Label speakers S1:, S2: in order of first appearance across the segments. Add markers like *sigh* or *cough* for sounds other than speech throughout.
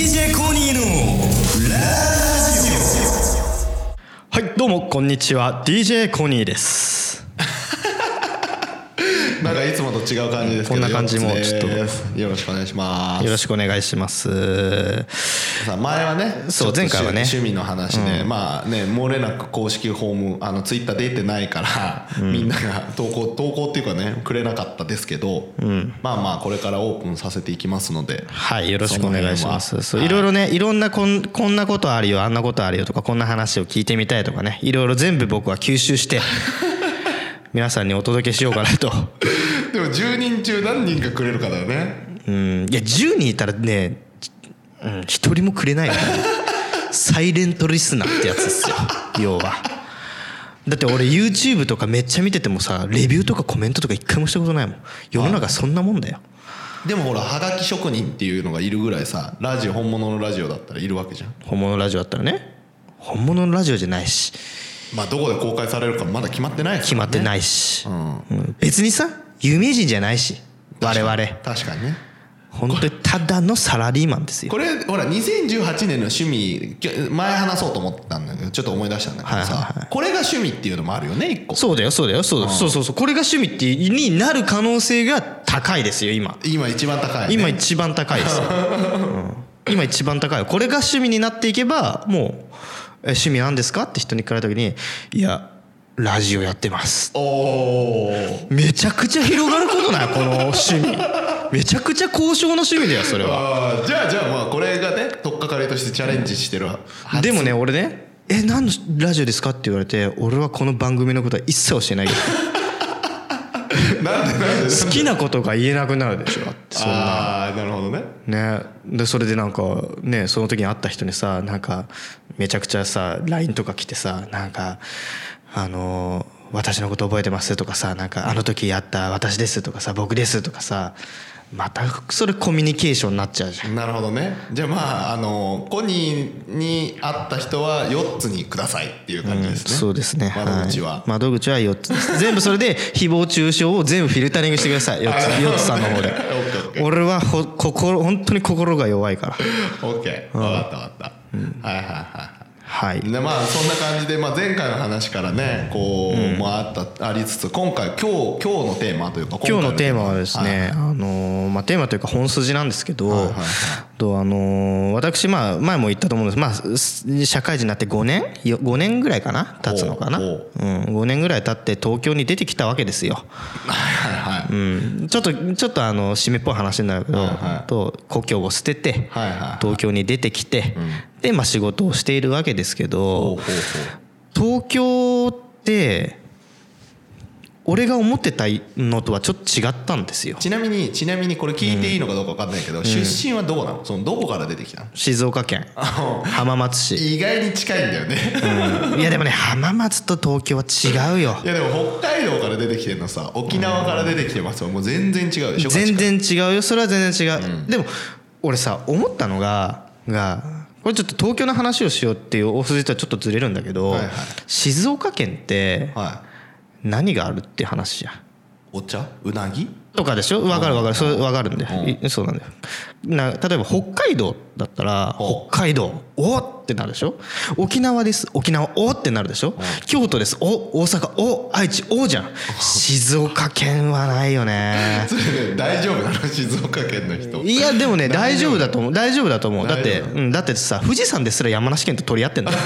S1: ーの
S2: はいどうもこんにちは DJ コニーです
S3: なんかいつもと違う感じですけど、
S2: こんな感じも
S3: よろしく
S2: ちょっと
S3: ですよろしくお願いします。
S2: よろしくお願いします
S3: さあ前はね、
S2: そう
S3: ちょっと
S2: 前回はね
S3: 趣趣味の話で、まあね漏れなく公式ホームあのツイッター出てないから、みんなが投稿投稿っていうかねくれなかったですけど、まあまあこれからオープンさせていきます
S2: *laughs*
S3: ので、
S2: はいよろしくお願いしま
S3: そ
S2: すそ
S3: の辺は
S2: ういろいろねいろんなこんこんなことあるよあんなことあるよとかこんな話を聞いてみたいとかねいろいろ全部僕は吸収して皆さんにお届けしようかなと
S3: でも10人中何人かくれるかだよね。
S2: うんいや10人いたらね、うん、一人もくれないよサイレントリスナーってやつですよ要はだって俺 YouTube とかめっちゃ見ててもさレビューとかコメントとか一回もしたことないもん世の中そんなもんだよ
S3: でもほらはがき職人っていうのがいるぐらいさラジオ本物のラジオだったらいるわけじゃん。
S2: 本物のラジオだったらね本物のラジオじゃないし
S3: まあどこで公開されるかまだ決まってない
S2: 決まって
S3: い。
S2: ないし、
S3: うん
S2: うん別にさ有名人じゃないし我々
S3: 確かにね。
S2: 本当にただのサラリーマンですよ
S3: これほら2018年の趣味きょ前話そうと思ったんだけどちょっと思い出したんだけどさ、
S2: はいはい
S3: これが趣味っていうのもあるよね一個
S2: そうだよそうだよそうだよそうそうそうこれが趣味ってになる可能性が高いですよ今
S3: 今一番高い、ね、
S2: 今一番高いですよ、うん今一番高いこれが趣味になっていけばもうえ趣味なんですかって人に聞かれた時にいやラジオやってます
S3: おー
S2: めちゃくちゃ広がることないこの趣味めちゃくちゃ高尚な趣味だよそれは
S3: あーじゃあじゃあまあこれがね取っかかりとしてチャレンジしてる
S2: でもね俺ね「え何のラジオですか?」って言われて俺はこの番組のことは一切教えないよ
S3: *laughs* なんでなんで
S2: 好きなことが言えなくなるでしょだってそんな
S3: ああなるほどね
S2: ねでそれでなんかねその時に会った人にさなんかめちゃくちゃさ LINE とか来てさなんかあのー私のこと覚えてますとかさなんかあの時やった私ですとかさ僕ですとかさまたそれコミュニケーションになっちゃうじゃん
S3: なるほどねじゃあまああのコニーに会った人は4つにくださいっていう感じですね、
S2: そうですね
S3: 窓口は、
S2: い窓口は4つです *laughs* 全部それで誹謗中傷を全部フィルタリングしてください4つ4つさんの *laughs* 方で
S3: OK
S2: 俺はほ心本当に心が弱いから
S3: OK 分かった分かった、はいはいはい
S2: はい
S3: でまあそんな感じで、まあ、前回の話からねこう、もあったありつつ今回今日今日のテーマというか
S2: 今
S3: 回
S2: 日のテーマはです
S3: はい
S2: ね、あのーまあ、テーマというか本筋なんですけど、
S3: いはいはい
S2: とあのー私、まあ、前も言ったと思うんです、まあす、社会人になって5年よ5年ぐらいかな経つのかな、う
S3: お
S2: ん
S3: う、
S2: 5年ぐらい経って東京に出てきたわけですよ、
S3: はいはい
S2: うん、ちょっとちょっとあの締めっぽい話になるけど、
S3: はいはい
S2: と故郷を捨てて、
S3: はいはいはい
S2: 東京に出てきて、で、まあ、仕事をしているわけですけ
S3: ほうほう
S2: ど
S3: ほ
S2: 東京って俺が思ってたのとはちょっと違ったんですよ
S3: うちなみにちなみにこれ聞いていいのかどうか分かんないけど、出身はどこなのそのどこから出てきたの
S2: 静岡県浜松市、
S3: 意外に近いんだよね、
S2: うんいやでもね浜松と東京は違うよ
S3: いやでも北海道から出てきてるのさ沖縄から出てきてますよもう全然違うでしょ
S2: 全
S3: 価値
S2: 然違うよそれは全然違う、でも俺さ思ったのががこれちょっと東京の話をしようっていう大筋とはちょっとずれるんだけど、
S3: はいはい
S2: 静岡県って
S3: 観はい
S2: 何があるって話じゃん
S3: お茶うなぎ *laughs*
S2: とかでしょ分かる分かるそれ分かるんで、いそうなんだよな例えば北海道だったら
S3: ほ
S2: 北海道おーってなるでしょ沖縄です沖縄おーってなるでしょ京都ですお大阪お愛知おじゃん静岡県はないよね
S3: それね大丈夫なの静岡県の人
S2: いやでもね大丈夫だと思う大丈夫だと思うだって
S3: 大
S2: う
S3: 丈
S2: んだってさ富士山ですら山梨県と取り合ってん *laughs* だよ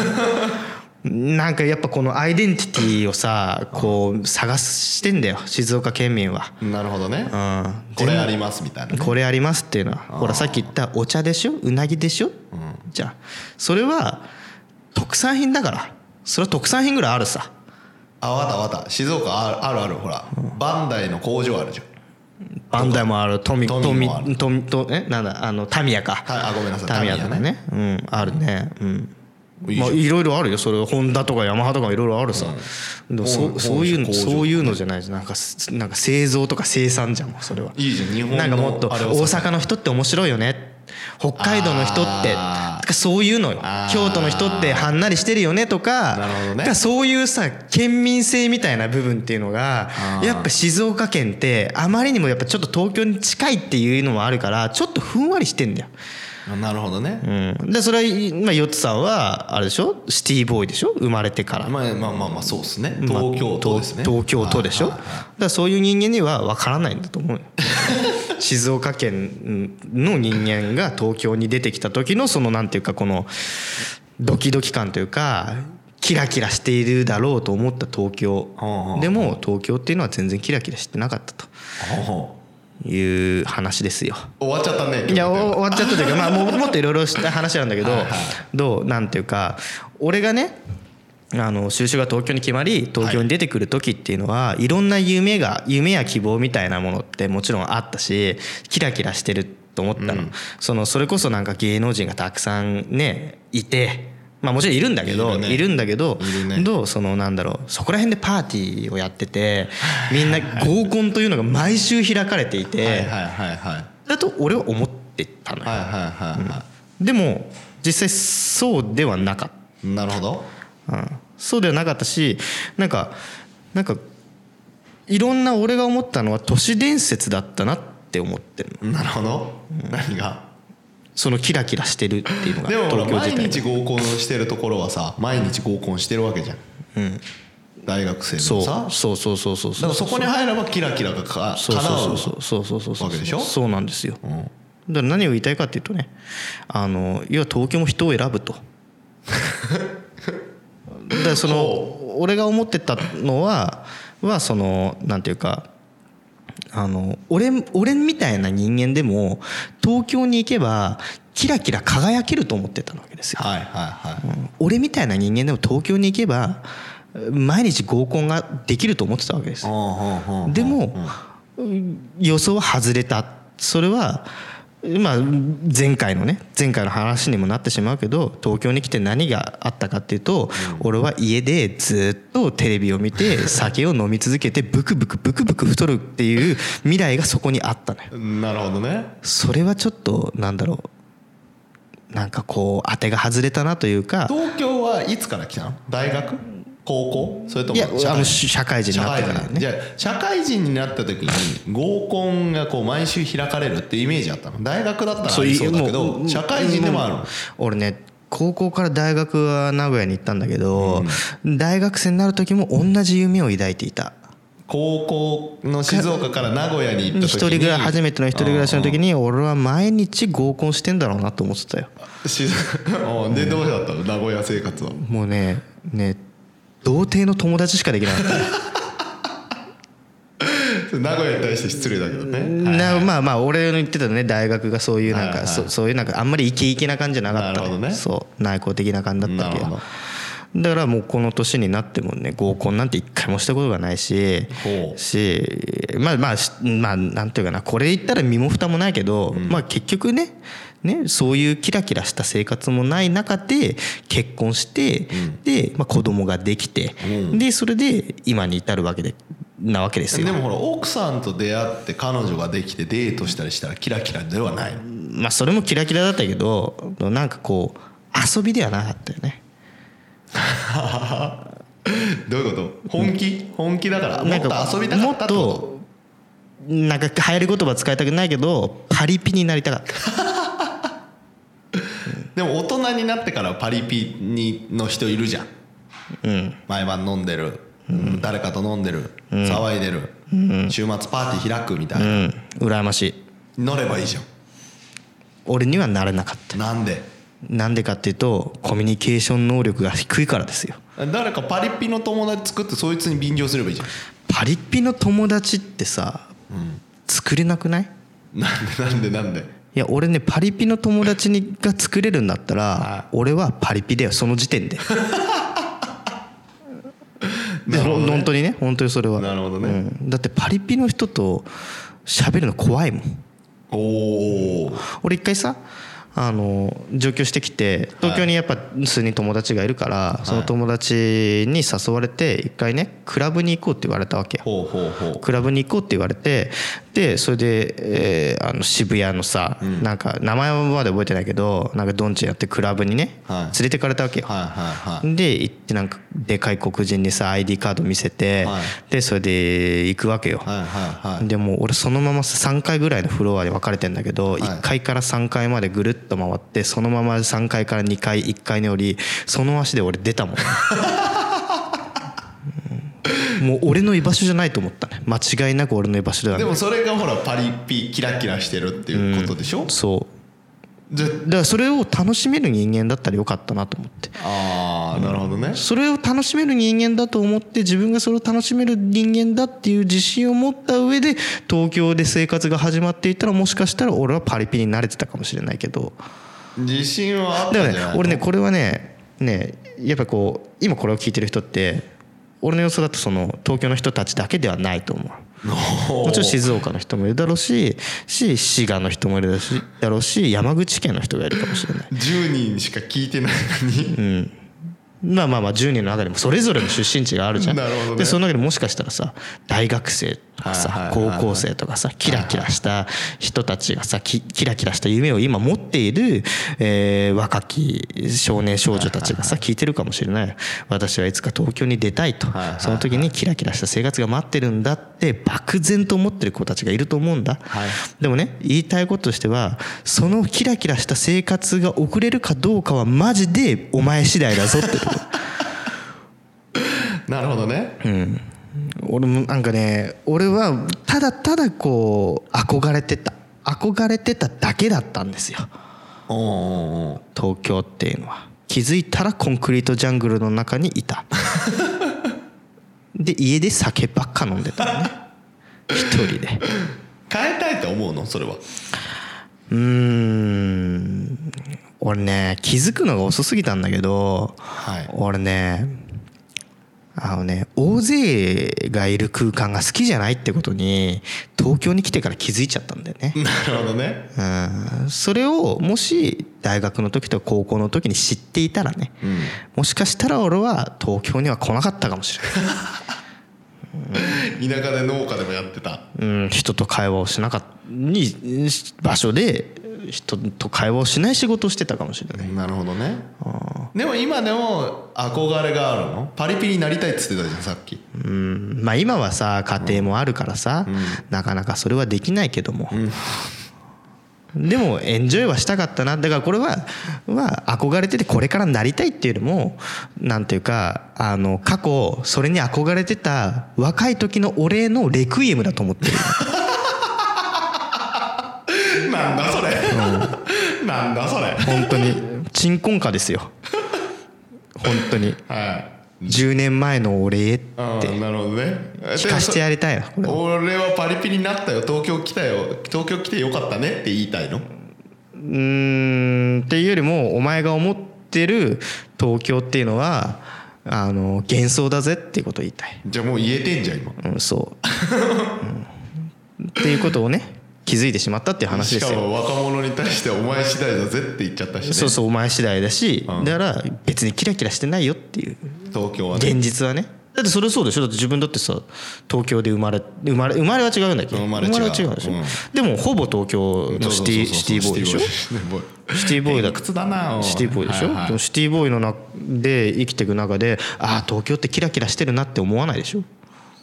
S2: なんかやっぱこのアイデンティティをさこう探してんだよ静岡県民は
S3: なるほどね
S2: うん
S3: これありますみたいなね
S2: これありますっていうのはほらさっき言ったお茶でしょうなぎでしょ、じゃあそれは特産品だからそれは特産品ぐらいあるさ
S3: あわたわた静岡あるあるあるほら、バンダイの工場あるじゃん
S2: バンダイもあるトミ
S3: トミ
S2: トミ
S3: もあ
S2: トミトえなんだあのタミヤか
S3: タあごめんなさい
S2: タミヤとか
S3: タミ
S2: ねうんあるねうん
S3: いいじ
S2: ま
S3: ゃん
S2: あいろいろあるよそれホンダとかヤマハとかいろいろあるさ、でもそ
S3: 本
S2: うそういう
S3: 本
S2: の
S3: 社工場
S2: そういうのじゃないじゃんなんかすなんか製造とか生産じゃんもうそれはい
S3: いじゃん日本の
S2: なんかもっと大
S3: あれをさ
S2: 阪の人って面白いよね北海道の人って
S3: あー
S2: とかそういうのよ
S3: あー
S2: 京都の人ってはんなりしてるよねとか
S3: なるほどね
S2: だからそういうさ県民性みたいな部分っていうのが
S3: ー
S2: やっぱ静岡県ってあまりにもやっぱちょっと東京に近いっていうのもあるからちょっとふんわりしてんだよ
S3: あなるほどね、
S2: うん、でそれは、まあ、ヨッツさんはあれでしょシティボーイでしょ生まれてから、
S3: まあまあまあまあそうですね
S2: まあ
S3: 東京都ですね、
S2: 東東京都でしょ
S3: は
S2: だ
S3: いはいはい
S2: からそういう人間には分からないんだと思う
S3: *laughs*
S2: よ静岡県の人間が東京に出てきた時のそのなんていうかこのドキドキ感というかキラキラしているだろうと思った東京
S3: うんうん
S2: でも東京っていうのは全然キラキラしてなかった
S3: ほ
S2: という話ですよ。
S3: う終わっちゃったね
S2: いやお
S3: 今日
S2: 終わっちゃったというか、まあ、も
S3: *laughs*
S2: うもっといろいろした話なんだけど
S3: はいはい
S2: どうなんていうか俺がねあの収集が東京に決まり東京に出てくる時っていうのは、い、ろんな夢が夢や希望みたいなものってもちろんあったしキラキラしてると思ったの,、そのそれこそなんか芸能人がたくさんねいて。まあもちろんいるんだけど
S3: い
S2: いる,、
S3: るね
S2: んだけど
S3: いるね
S2: どうそのなんだろうそこら辺でパーティーをやっててみんな合コンというのが毎週開かれていて、
S3: はいはいはいはい
S2: だと俺は思ってたのよ、
S3: はいはいはいは
S2: でも実際そうではなかっ
S3: い、なるほど
S2: た、うん、そうではなかったしなんかなんかいろんな俺が思ったのは都市伝説だったなって思ってるの
S3: なるほど、何が
S2: そのキラキラしてるっていうのが
S3: でもほら
S2: 東京
S3: 毎
S2: 自体
S3: 日合コンしてるところはさ毎日合コンしてるわけじゃん、大学生
S2: そ
S3: の
S2: う
S3: さ
S2: そうそうそうそう
S3: だ
S2: そう
S3: からそこに入ればキラキラがか
S2: そう
S3: 叶
S2: そううそうそうそうそうそう
S3: わけでしょ
S2: そうなんですよだ
S3: のうん
S2: から何を言いたいかっていうとねあの要は東京も人を選ぶとだからその俺が思ってたのははそのなんていうかあの俺俺みたいな人間でも東京に行けばキラキラ輝けると思ってたわけですよ。
S3: はいはいはい、
S2: 俺みたいな人間でも東京に行けば毎日合コンができると思ってたわけです。
S3: うんうんうんうん
S2: でも、予想は外れたそれは、まあ、前回のね前回の話にもなってしまうけど東京に来て何があったかっていうと、俺は家でずっとテレビを見て酒を飲み続けてブクブクブクブク太るっていう未来がそこにあったのよ。
S3: なるほどね
S2: それはちょっとなんだろうなんかこう当てが外れたなというか
S3: 東京はいつから来たの大学高校それと
S2: いや
S3: も社
S2: あ
S3: 会
S2: の
S3: 人
S2: し社会人に
S3: 社
S2: なっ
S3: 会
S2: てから
S3: 人じ
S2: ね。
S3: ゃあ社会人になった時に合コンがこう毎週開かれるってイメージあったの大学だったらありそうだけ
S2: もうう
S3: ど
S2: ん
S3: 社会人でもあるの
S2: 俺ね高校から大学は名古屋に行ったんだけど、大学生になる時も同じ夢を抱いていた
S3: 高校の静岡から名古屋に行った時に
S2: 一人ぐらい初めての一人暮ら
S3: *laughs*
S2: しの時に俺は毎日合コンしてんだろうなと思ってたよ
S3: 静岡うんでどうだったの名古屋生活は
S2: もうねね童貞の友達しかできなかった
S3: 名古屋に対して失礼だけどね
S2: なまあまあ俺の言ってたね大学がそういうなん
S3: はいは
S2: か
S3: い
S2: そそういうなんかあんまりイケイケな感じじゃなかった
S3: なるほどね
S2: そう内向的な感じだったわけ
S3: なる
S2: よ
S3: ほ
S2: だからもうこの年になってもね合コンなんて一回もしたことがないし
S3: ほう
S2: しまあまあしまあなんていうかなこれ言ったら身も蓋もないけど、まあ結局ねねそういうキラキラした生活もない中で結婚して、で、まあ、子供ができて、でそれで今に至るわけでなわけですよ
S3: でもほら奥さんと出会って彼女ができてデートしたりしたらキラキラではないの
S2: まあそれもキラキラだったけどなんかこう遊びではなかったよね
S3: どういうこと本気、本気だからも
S2: なん
S3: っと遊びたかったって
S2: もっ
S3: こと
S2: なんか流行り言葉使いたくないけどパリピになりたかった
S3: とでも大人になってからパリピにの人いるじゃん
S2: うん
S3: 毎晩飲んでる、誰かと飲んでる、騒いでる、週末パーティー開くみたいうな、
S2: ん羨ましい
S3: 乗ればいいじゃん
S2: 俺にはなれなかった
S3: なんで
S2: なんでかっていうとコミュニケーション能力が低いからですよ
S3: 誰かパリピの友達作ってそいつに便乗すればいいじゃん
S2: パリピの友達ってさ、作れなくない
S3: なんでなんでなんで
S2: いや俺ねパリピの友達にが作れるんだったら俺はパリピだよその時点でで、
S3: なるほどね
S2: 本当にね本当にそれは
S3: なるほどね
S2: うんだってパリピの人と喋るの怖いもん
S3: おお
S2: 俺一回さあの上京してきて東京にやっぱ数人友達がいるから、その友達に誘われて一回ねクラブに行こうって言われたわけよ
S3: ほうほうほう
S2: クラブに行こうって言われてでそれで、えーあの渋谷のさ、なんか名前まで覚えてないけどなんかドンチやってクラブにね、
S3: はい
S2: 連れてかれたわけよ、
S3: はいはいはい
S2: で行ってなんかでかい黒人にさ ID カード見せて、
S3: はい
S2: でそれで行くわけよ、
S3: はいはいはい
S2: でもう俺そのまま3階ぐらいのフロアで分かれてんだけど、
S3: い
S2: 1階から3階までぐるっッと回ってそのまま3階から2階1階に降りその足で俺出たもん *laughs* うんもう俺の居場所じゃないと思ったね間違いなく俺の居場所だ
S3: で
S2: ね
S3: もそれがほらパリピキラキラしてるっていうことでしょ、
S2: そう
S3: じゃ
S2: だからそれを楽しめる人間だったらよかったなと思って
S3: ああなるほどね、
S2: それを楽しめる人間だと思って自分がそれを楽しめる人間だっていう自信を持った上で東京で生活が始まっていたらもしかしたら俺はパリピに慣れてたかもしれないけど
S3: 自信はあ
S2: だか
S3: った
S2: ら
S3: んじゃな
S2: ね
S3: い
S2: 俺ねこれはねねやっぱこう今これを聞いてる人って俺の予想だとその東京の人たちだけではないと思う。
S3: おー
S2: もちろん静岡の人もいるだろうしし滋賀の人もいるだろうしだろうし山口県の人がいるかもしれない
S3: 10人しか聞いてないのに、
S2: まあまあまあ10人の中でもそれぞれの出身地があるじゃん
S3: なるほどね
S2: でその中でもしかしたらさ大学生とか
S3: はい
S2: さ
S3: はいはい
S2: 高
S3: はい
S2: 校生とかさキラキラした人たちがさきキラキラした夢を今持っているえー若き少年少女たちがさ聞いてるかもしれない私はいつか東京に出たいと
S3: はいはいはい
S2: その時にキラキラした生活が待ってるんだって漠然と思ってる子たちがいると思うんだ
S3: はい
S2: でもね言いたいこととしてはそのキラキラした生活が送れるかどうかはマジでお前次第だぞってこと
S3: なるほどね、
S2: 俺もなんかね俺はただただこう憧れてた憧れてただけだったんですよ
S3: おうおうおう
S2: 東京っていうのは気づいたらコンクリートジャングルの中にいたで家で酒ばっか飲んでたのね一人で
S3: 変えたいと思うのそれは
S2: うーん俺ね気づくのが遅すぎたんだけど
S3: はい
S2: 俺ねあのね大勢がいる空間が好きじゃないってことに東京に来てから気づいちゃったんだよね。
S3: なるほどね
S2: うんそれをもし大学の時と高校の時に知っていたらね、
S3: ん
S2: もしかしたら俺は東京には来なかったかもしれない。
S3: *laughs* 田舎で農家でもやってた
S2: うん、人と会話をしなかったに場所で人と会話をしない仕事をしてたかもしれない。
S3: なるほどねでも今でも憧れがあるのパリピになりたいっつってたじゃんさっき
S2: うんまあ今はさ家庭もあるからさ、なかなかそれはできないけども、でもエンジョイはしたかったなだからこれは、は憧れててこれからなりたいっていうよりもなんていうかあの過去それに憧れてた若い時のお礼のレクイエムだと思ってる
S3: なんだそれ、 *laughs* なんだそれ
S2: 本当に鎮魂歌ですよ本当に
S3: は
S2: 10年前のお礼
S3: いうんなるほどね
S2: 聞かせてやりたいなこ
S3: で
S2: れは
S3: もそ俺はパリピになったよ東京来たよ東京来てよかったねって言いたいの
S2: うーんっていうよりもお前が思ってる東京っていうのはあの幻想だぜっていうことを言いたい、
S3: じゃあもう言えてんじゃん今
S2: うん、そう、うんっていうことをね気づいてしまったっていう話
S3: し
S2: です
S3: か
S2: よ
S3: も若者に対してお前次第だぜって言っちゃったしね
S2: そうそうお前次第だし
S3: うん
S2: だから別にキラキラしてないよっていう
S3: 東京はね
S2: 現実はねだってそれそうでしょだって自分だってさ東京で生まれ生まれ生まれは違うんだっけ
S3: 生まれ違う
S2: は違うでしょ、
S3: うん
S2: でもほぼ東京
S3: そ
S2: の
S3: うそ
S2: シ
S3: う
S2: テ
S3: そう
S2: ィ
S3: そ
S2: シティ
S3: う
S2: ボーイでしょ
S3: シティボーイ
S2: シティボーイだっ
S3: 偏屈だなおい
S2: シティボーイでしょ、
S3: はいはい
S2: でもシティボーイの中で生きていく中でああ東京ってキラキラしてるなって思わないでしょ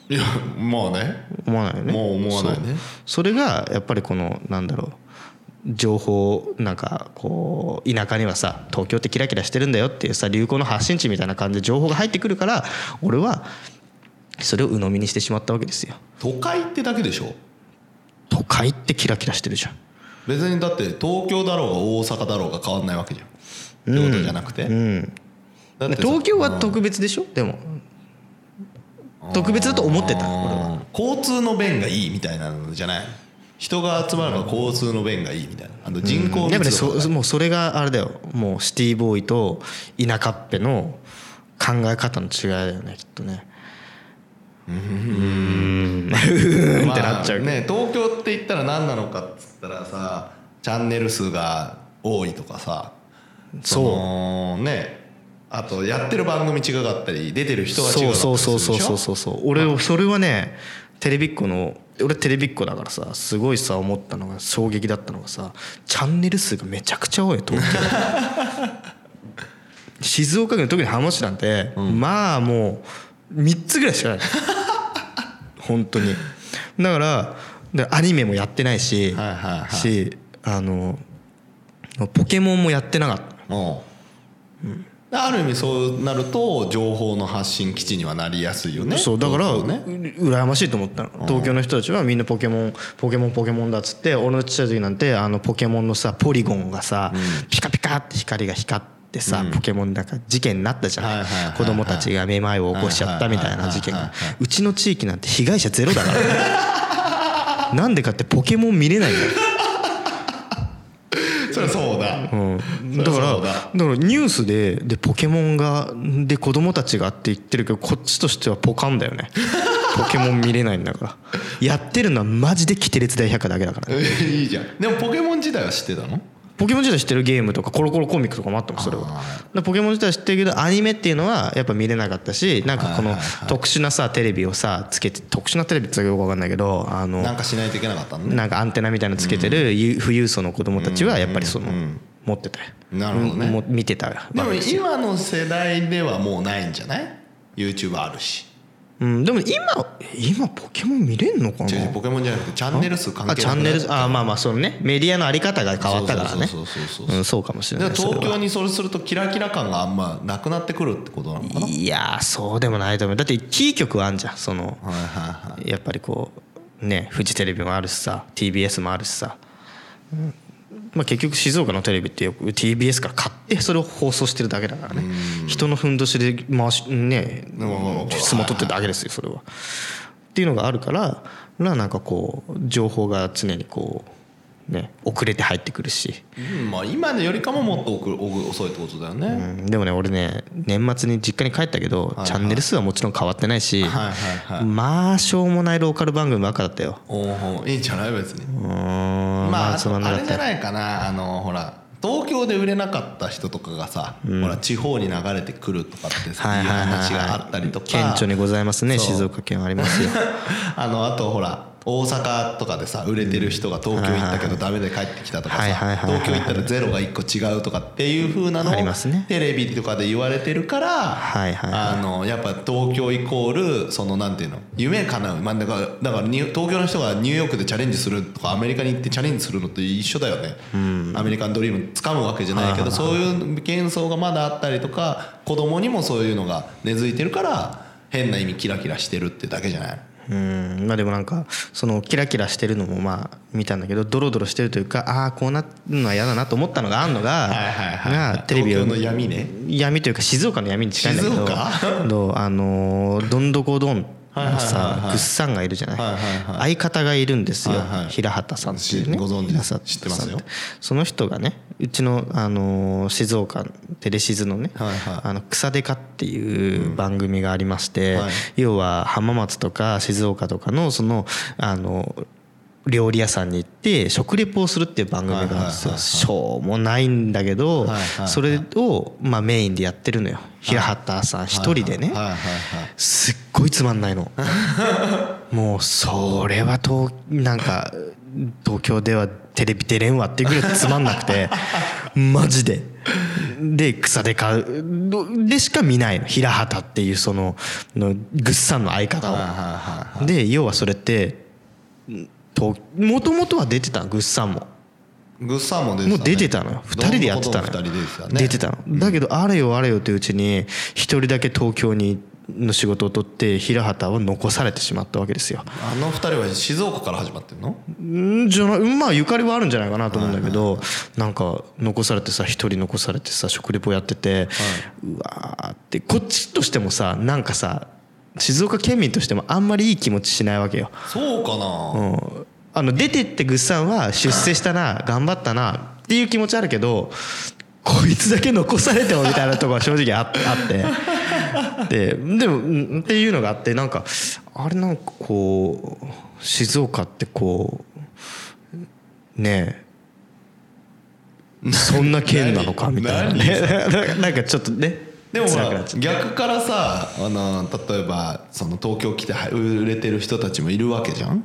S3: いやもうね
S2: 思わないよね
S3: もう思わないね
S2: そうそれがやっぱりこのなんだろう情報なんかこう田舎にはさ東京ってキラキラしてるんだよっていうさ流行の発信地みたいな感じで情報が入ってくるから俺はそれを鵜呑みにしてしまったわけですよ
S3: 都会ってだけでしょ
S2: 都会ってキラキラしてるじゃん
S3: 別にだって東京だろうが大阪だろうが変わんないわけじゃんってことじゃなくて、
S2: うん
S3: だってさ
S2: 東京は特別でしょでも特別だと思ってた俺は
S3: うん交通の便がいいみたいなのじゃない人が集まるから交通の便がいいみたいなあの人口
S2: やっぱね
S3: 密度が
S2: そもうそれがあれだよもうシティボーイと田舎っぺの考え方の違いだよねきっとね
S3: うん
S2: ってなっちゃうけど
S3: ね東京って言ったら何なのかっつったらさチャンネル数が多いとかさそうねあとやってる番組違かったり出てる人が違かった
S2: そ
S3: り
S2: うそうそう
S3: する
S2: そう
S3: でし
S2: そ
S3: ょ
S2: うそうそう俺をそれはねテレビっ子の俺テレビっ子だからさすごいさ思ったのが衝撃だったのがさチャンネル数がめちゃくちゃ多いよ東京 *laughs* 静岡県特に浜松市なんて、まあもう3つぐらいし *laughs* かない本当にだからでアニメもやってないし、
S3: はいはいはい
S2: しあのポケモンもやってなかった
S3: うんある意味そうなると情報の発信基地にはなりやすいよね
S2: そうだから
S3: そううね
S2: 羨ましいと思ったの東京の人たちはみんなポケモンポケモンポケモンだっつって俺のちっちゃい時なんてあのポケモンのさポリゴンがさピカピカって光が光ってさポケモンだから事件になったじゃ
S3: はいはいはい
S2: な
S3: はいい
S2: 子供たちがめまいを起こしちゃったみたいな事件
S3: は
S2: が
S3: いはいはいは
S2: うちの地域なんて被害者ゼロだから
S3: *laughs*
S2: ねなんでかってポケモン見れないんだよ
S3: そりゃそうだ、
S2: うんだ
S3: そりゃ
S2: か
S3: そう
S2: ら
S3: だ
S2: だからニュースででポケモンがで子供たちがって言ってるけどこっちとしてはポカンだよ
S3: *laughs*
S2: ねポケモン見れないんだからやってるのはマジでキテレツ大百科だけだから、ね、
S3: いいじゃんでもポケモン自体は知ってたの
S2: ポケモン自体知ってるゲームとかコロコロコミックとかもあったもんそれはだからポケモン自体は知ってるけどアニメっていうのはやっぱ見れなかったしなんかこの
S3: はいはいはい
S2: 特殊なさテレビをさつけて特殊なテレビって言ったらよく分かんないけどあの
S3: なんかしないといけなかったのね
S2: なんかアンテナみたいなのつけてるゆ富裕層の子供たちはやっぱりその持ってたよ
S3: なるほどね
S2: も見てたわ
S3: でも今の世代ではもうないんじゃない ?YouTube あるし
S2: うん、でも今今ポケモン見れんのかな
S3: 違う違うポケモンじゃなくてチャンネル数関係な
S2: あ
S3: く
S2: チ
S3: な
S2: ャ
S3: い
S2: ンネルあまあまあそのねメディアのあり方が変わったからね
S3: そうそうそうそうそう
S2: うんそうかもしれ
S3: だ
S2: な
S3: か
S2: いそ
S3: ら
S2: れ
S3: 東
S2: は
S3: 京にそれするとキラキラ感があんまなくなってくるってことなのかない
S2: やーそうでもないと思うだってキー局あんじゃんその
S3: はいはいはい
S2: やっぱりこうねフジテレビもあるしさ TBS もあるしさ、うんまあ、結局静岡のテレビってよく TBS から買ってそれを放送してるだけだからね人のふんどしで回しね
S3: ん
S2: 相撲取ってるだけですよそれは。っていうのがあるからまあなんかこう情報が常にこうね遅れて入ってくるし、
S3: うんまあ今のよりかももっと遅く遅いってことだよね、
S2: うんでもね俺ね年末に実家に帰ったけどチャンネル数はもちろん変わってないし
S3: はいはいはい
S2: まあしょうもないローカル番組ばっかだったよ。
S3: おーいいんじゃない別に
S2: うーん
S3: まあ、あ
S2: つまん
S3: と
S2: なかった
S3: あれじゃないかなあのほら東京で売れなかった人とかがさ、ほら地方に流れてくるとかってさ、
S2: はいいはいはいはい、
S3: う話があったりとか
S2: 顕著にございますね
S3: そう
S2: 静岡県はありますよ
S3: *laughs* あのあとほら大阪とかでさ売れてる人が東京行ったけどダメで帰ってきたとか
S2: はいはい
S3: さ
S2: はいはい
S3: 東京行ったらゼロが1個違うとかっていう風なの
S2: あります
S3: を
S2: ね
S3: テレビとかで言われてるから
S2: はいはいはい
S3: あのやっぱ東京イコールそのなんていうの夢叶うまあだからだからニュー東京の人がニューヨークでチャレンジするとかアメリカに行ってチャレンジするのと一緒だよねアメリカンドリーム掴むわけじゃないけどそういう幻想がまだあったりとか子供にもそういうのが根付いてるから変な意味キラキラしてるってだけじゃない
S2: うんまあでもなんかそのキラキラしてるのもまあ見たんだけどドロドロしてるというかああこうなるのは嫌だなと思ったのがあんのが
S3: はいはいはい
S2: がテレビを
S3: 東京の闇ね
S2: 闇というか静岡の闇に近いんだけ
S3: 静
S2: ど
S3: 岡
S2: どうあのーどんどこどん
S3: はいはい
S2: の
S3: はいは
S2: さ
S3: い
S2: ぐっさんがいるじゃない
S3: はいはいは
S2: 相方がいるんですよ
S3: はいはい
S2: 平畑さんっていうね
S3: しご存知
S2: 平畑さん
S3: 知ってますよ
S2: その人がねうちの、あのー静岡テレシズのね「
S3: はいはい
S2: あの草デカ」っていう番組がありまして、
S3: はい
S2: 要は浜松とか静岡とかのそのあの料理屋さんに行って食レポをするっていう番組があるんです
S3: はいはいはいは
S2: よ
S3: い
S2: しょうもないんだけど、
S3: はいはいはい
S2: それをまあメインでやってるのよ平畑さん一人でね、
S3: はいはいはい
S2: すっごいつまんないのもうそれは東なんか東京ではテレビ出れんわっていうぐらいつまんなくてマジでで草で買うどでしか見ないの平畑っていうそののぐっさんの相方を
S3: はいはいはいはい
S2: で要はそれってもともとは出てたのぐっさんも
S3: グッサンも出て
S2: も
S3: た、ね、
S2: う出てたのよ2人でやってたのよ
S3: どんどん二人出てたね
S2: 出てたのだけどあれよあれよといううちに1人だけ東京にの仕事を取って平畑は残されてしまったわけですよ
S3: あの二人は静岡から始まってるの
S2: んじゃないまあゆかりはあるんじゃないかなと思うんだけどなんか残されてさ1人残されてさ食レポやっててうわーってこっちとしてもさなんかさ静岡県民としてもあんまりいい気持ちしないわけよ
S3: そうかな、
S2: うんあの出てってぐっさんは出世したな頑張ったなっていう気持ちあるけどこいつだけ残されてもみたいなとこは正直あっあってででもうんっていうのがあってなんかあれなんかこう静岡ってこうねえそんな県なのかみたいなね
S3: *laughs*
S2: *laughs* なんかちょっとね
S3: でもほ
S2: 辛くな
S3: ら
S2: っちゃう
S3: 逆からさあの例えばその東京来ては売れてる人たちもいるわけじゃん、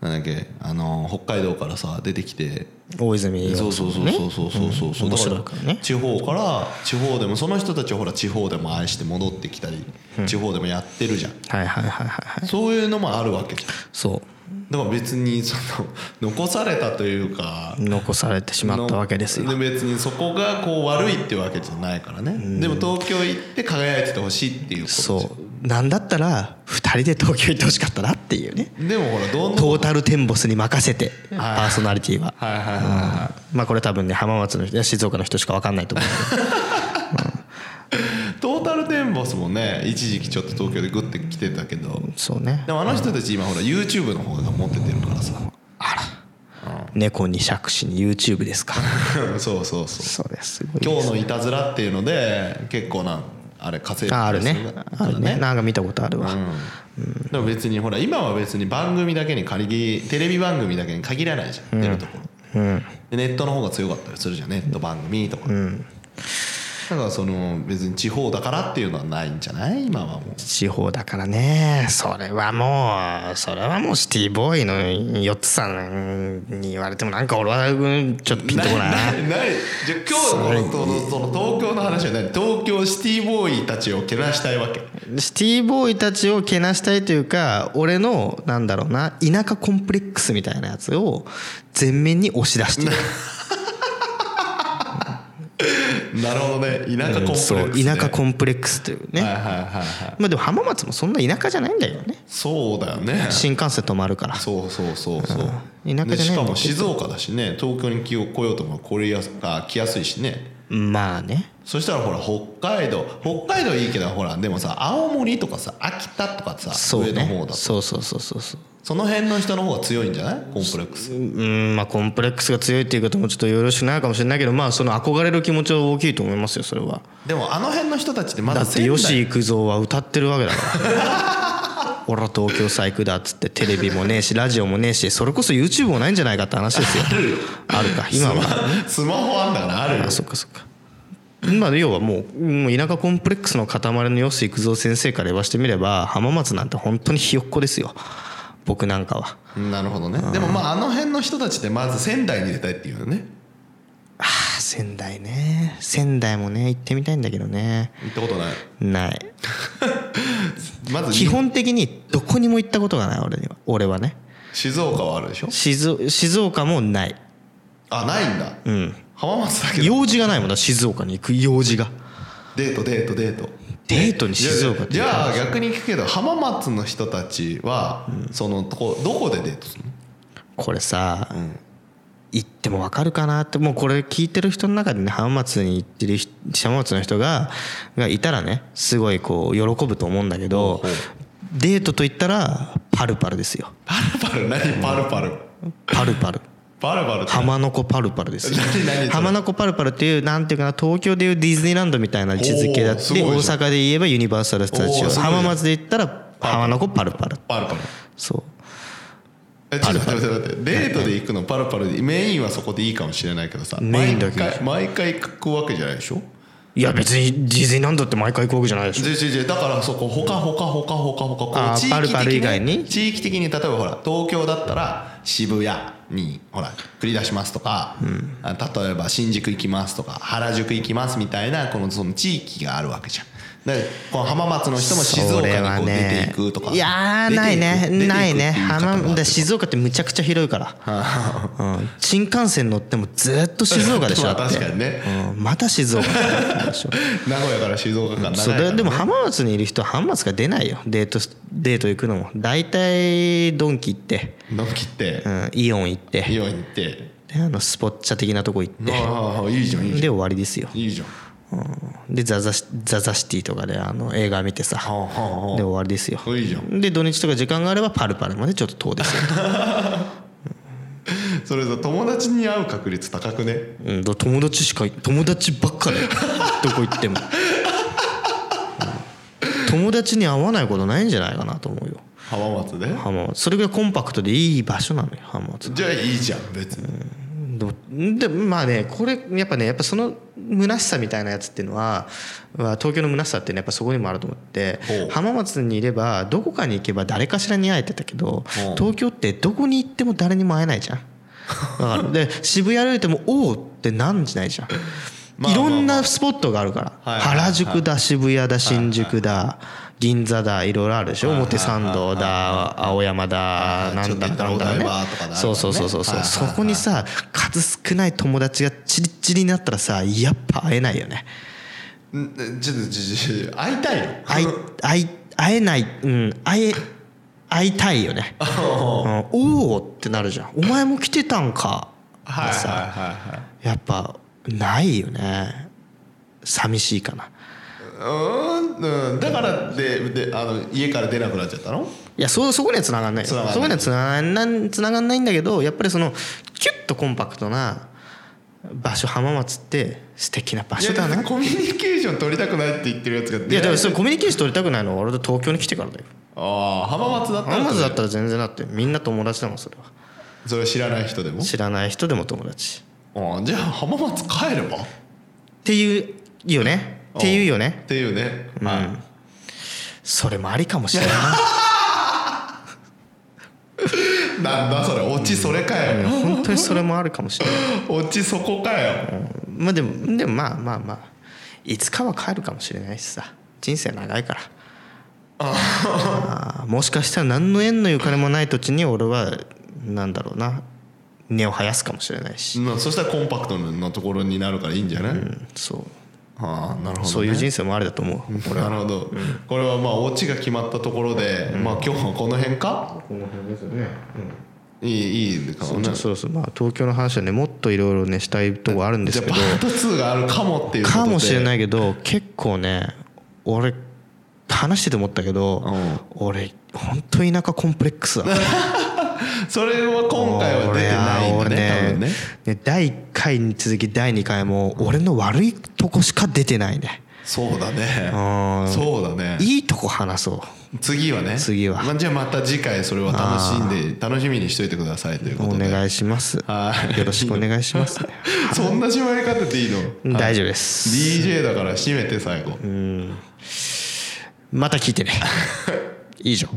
S3: なんだっけあの北海道からさ出てきて
S2: 大泉洋
S3: そうそうそうそうそうそうそうそう、
S2: うん面白い
S3: だ
S2: か
S3: からら
S2: ね
S3: 地方から地方でもその人たちはほら地方でも愛して戻ってきたり、地方でもやってるじゃん
S2: はいはいはいはいはい
S3: そういうのもあるわけじゃん
S2: そう
S3: だから別にその残されたというか
S2: 残されてしまったわけですよ
S3: の別にそこがこう悪いってわけじゃないからね、でも東京行って輝いててほしいっていうことですよ
S2: そうなんだったら2人で東京行ってほしかったなっていうね
S3: でもほらどんどん
S2: トータルテンボスに任せてパ
S3: はい
S2: ーソナリティは
S3: はいはいはいは
S2: まあこれ多分ね浜松の人いや静岡の人しか分かんないと思うけど
S3: いトータルテンボスもね一時期ちょっと東京でグッて来てたけど
S2: そうね
S3: でもあの人たち今ほら YouTube の方が持っててるからさ *laughs*
S2: 猫に借子に YouTube ですか
S3: そうそうそ
S2: *laughs* そ
S3: う
S2: うですすごい
S3: 今日のいたずらっていうので結構なあれ稼いで
S2: ああ
S3: た
S2: る
S3: りす
S2: ねあるねなんか見たことあるわ、
S3: でも別にほら今は別に番組だけに限りテレビ番組だけに限らないじゃん出るところ、でネットの方が強かったりするじゃんネット番組とか、だからその別に地方だからっていうのはないんじゃない今はもう
S2: 地方だからねそれはもうそれはもうシティボーイの4つさんに言われてもなんか俺はうんちょっとピンとこない
S3: ないないじゃあ今日のこのその東京の話は何東京シティボーイたちをけなしたいわけ
S2: シティボーイたちをけなしたいというか俺のなんだろうな田舎コンプレックスみたいなやつを全面に押し出している
S3: なるほどね *laughs* 田舎コンプレックス、
S2: そ
S3: ね
S2: う田舎コンプレックスというね、
S3: はいはいはいはい
S2: まあでも浜松もそんな田舎じゃないんだよね
S3: そうだよね
S2: 新幹線止まるから
S3: そうそうそうそ
S2: う
S3: う、
S2: ん田舎じゃないんだけど
S3: でしかも静岡だしね東京に来よ来ようとも来れやすあ来やすいしね
S2: まあね
S3: そしたらほら北海道北海道いいけどほらでもさ青森とかさ秋田とかさ、
S2: そう
S3: 上の方
S2: ね
S3: だと
S2: そうそうそうそうそう
S3: その辺の人の方が強いんじゃないコンプレックス
S2: うんまあコンプレックスが強いっていう方もちょっとよろしくないかもしれないけどまあその憧れる気持ちは大きいと思いますよそれは
S3: でもあの辺の人たちってま
S2: だ
S3: だ
S2: って
S3: 仙台
S2: 吉幾三は歌ってるわけだから
S3: *laughs*
S2: 俺は東京最高だっつってテレビもねえしラジオもねえしそれこそ YouTube もないんじゃないかって話ですよあるか今は
S3: スマホあんだからあるよ
S2: あそっかそっかまあ要はもうもう田舎コンプレックスの塊の吉幾三先生から言わしてみれば浜松なんて本当にひよっこですよ僕なんかは
S3: なるほどねでもまああの辺の人たちってまず仙台に出たいっていうのね
S2: あー仙台ね仙台もね行ってみたいんだけどね
S3: 行ったことない
S2: ない
S3: まず
S2: 基本的にどこにも行ったことがない俺には俺はね
S3: 静岡はあるでしょ
S2: 静静岡もない
S3: あないんだ、
S2: うん
S3: 浜松だけど
S2: 用事がないもんだ静岡に行く用事が
S3: デートデートデート
S2: デートに静岡って
S3: じゃあ逆に聞くけど浜松の人たちは、そのとこどこでデートするの
S2: これさ、行っても分かるかなってもうこれ聞いてる人の中でね浜松に行ってる人浜松の人ががいたらねすごいこう喜ぶと思うんだけど
S3: ほうほ
S2: デートと言ったらパルパルですよ
S3: パルパル何パルパル
S2: パルパ
S3: *laughs*
S2: ル
S3: パルパルって
S2: 浜名湖パルパルですよ
S3: 何何それ
S2: 浜名湖パルパルっていうなんていうかな東京でいうディズニーランドみたいな位置づけだっ
S3: おーす
S2: て
S3: ごい
S2: 大
S3: じゃん
S2: 阪で言えばユニバーサル・スタジ
S3: おー
S2: オ
S3: すごいじゃん
S2: 浜松で言ったら浜名湖パルパル
S3: パルパル
S2: そう
S3: えちょっと待って待って待ってデートで行くのパルパルでメインはそこでいいかもしれないけどさ
S2: メインだけ
S3: 毎回毎回行くわけじゃないでしょ
S2: いや別にディズニーランドって毎回行くわけじゃないでしょ
S3: じゃじゃじゃだからそこほかほかほかほかほかこ
S2: あー
S3: う地域的
S2: パルパル以外に
S3: 地域的に例えばほら東京だったら渋谷にほら繰り出しますとか、あ例えば新宿行きますとか原宿行きますみたいなこのその地域があるわけじゃん。だからこの浜松の人も静岡にこう出ていくとか、
S2: いやー
S3: 出
S2: な
S3: て
S2: い
S3: く
S2: ね
S3: 出てく
S2: ないね
S3: っていう方もあ
S2: 浜
S3: るけど
S2: だ静岡ってむちゃくちゃ広いから、うん、新幹線乗ってもずっと静岡でしょ
S3: まあ
S2: だって
S3: *laughs* 確かにね
S2: うん、また静
S3: *laughs*
S2: 岡でしょ
S3: *laughs* 名古屋から静岡間長い
S2: そう
S3: からね
S2: ででも浜松にいる人は浜松が出ないよデートデート行くのも大体ドンキ行って、
S3: 飲み切って
S2: うん、イオン行って
S3: イオン行って
S2: であのスポッチャ的なとこ行って
S3: ああいいじゃんいいじ
S2: で
S3: ゃん
S2: 終わりですよ
S3: いいじゃん
S2: でザザシザザシティとかであの映画見てさ
S3: ああああ
S2: で終わりですよ
S3: いいじゃん
S2: で土日とか時間があればパルパルまでちょっと遠
S3: *laughs*
S2: ですよ
S3: それさ友達に会う確率高くね
S2: うん、だから友達しか友達ばっか
S3: *laughs*
S2: でどこ行っても、うん友達に会わないことないんじゃないかなと思うよ
S3: 浜松で
S2: 浜松それぐらいコンパクトでいい場所なのよ浜松
S3: じゃあいいじゃん別に
S2: でもでまあねこれやっぱねやっぱその虚しさみたいなやつっていうのはは東京の虚しさっていうのはやっぱそこにもあると思って
S3: ほう
S2: 浜松にいればどこかに行けば誰かしらに会えてたけど
S3: ほう
S2: 東京ってどこに行っても誰にも会えないじゃん。わかるで渋谷歩いても「おお!」ってなんじないじゃん。
S3: まあ
S2: いろんなスポットがあるから
S3: はいはいはい
S2: 原宿だ渋谷だ新宿だ銀座だいろいろあるでしょ
S3: はいはい
S2: 表参道だ青山だ
S3: い
S2: なんだかん
S3: ちょっと行ったら
S2: だ
S3: お台
S2: ね
S3: 場とかだ
S2: そうそうそうそう
S3: はいはい
S2: そ
S3: はい
S2: こにさ数少ない友達がチリチリになったらさやっぱ会えないよね
S3: んちょっとじじ会いたいよ
S2: 会い会い会えないうん会え会いたいよね、うん、おおってなるじゃんお前も来てたんか
S3: はいはい
S2: さ
S3: はいはい
S2: やっぱないよね寂しいかな
S3: うーんうんだからでであの家から出なくなっちゃったの
S2: いやそうそこにはつながんないよ
S3: 繋がんない
S2: そこにはつながんないつながんないんだけどやっぱりそのキュッとコンパクトな場所浜松って素敵な場所だ
S3: い
S2: な
S3: や
S2: い
S3: コミュニケーション取りたくないって言ってるやつが出会
S2: やでもそのコミュニケーション取りたくないのは俺と東京に来てからだよ
S3: ああ浜松だったら
S2: 浜松だったら全然だってみんな友達だもんそれは
S3: それを知らない人でも
S2: 知らない人でも友達
S3: ああじゃあ浜松帰ればっ
S2: っていうよねっていうよね
S3: ていうね、はい
S2: それもありかもしれない
S3: なんだそれオチそれか
S2: な *laughs*
S3: よ、
S2: 本当にそれもあるかもしれない
S3: *laughs* オチそこかよ、
S2: まあでもでもまあまあまあいつかは帰るかもしれないしさ人生長いからあ *laughs* ーもしかしたら何の縁のゆかりもない土地に俺はなんだろうな根を生やすかもしれないし、
S3: まあそしたらコンパクトなところになるからいいんじゃない、
S2: うんそ
S3: ああなるほど、
S2: う
S3: ね、
S2: そういう人生もありだと思う俺
S3: な
S2: は
S3: るほど、これはまあオチが決まったところで、まあ今日はこの辺か
S2: この辺ですよね、
S3: いいいいかもね
S2: そうそうそうまあ東京の話はねもっといろいろねしたいとこあるんで
S3: じ
S2: す
S3: ゃあ
S2: け
S3: パ
S2: ど
S3: ート2があるかもっていうことで
S2: かもしれないいけど結構ね俺話してて思ったけど、
S3: うん
S2: 俺本当田舎コンプレックスだな
S3: それは *laughs* 今回は出てないんだね多分ね
S2: ね第1回に続き第2回も俺の悪いとこしか出てないね
S3: そうだね
S2: うん
S3: そうだね
S2: いいとこ話そう
S3: 次はね
S2: 次は
S3: まあ、じゃあまた次回それは楽しんで楽しみにしといてくださいというこ
S2: お
S3: とで
S2: 願いします
S3: はい
S2: よろしくお願いします
S3: *laughs* そんな締まり方でいいの
S2: 大丈夫です、
S3: DJ だから締めて最後 *laughs*
S2: また聞いてね以上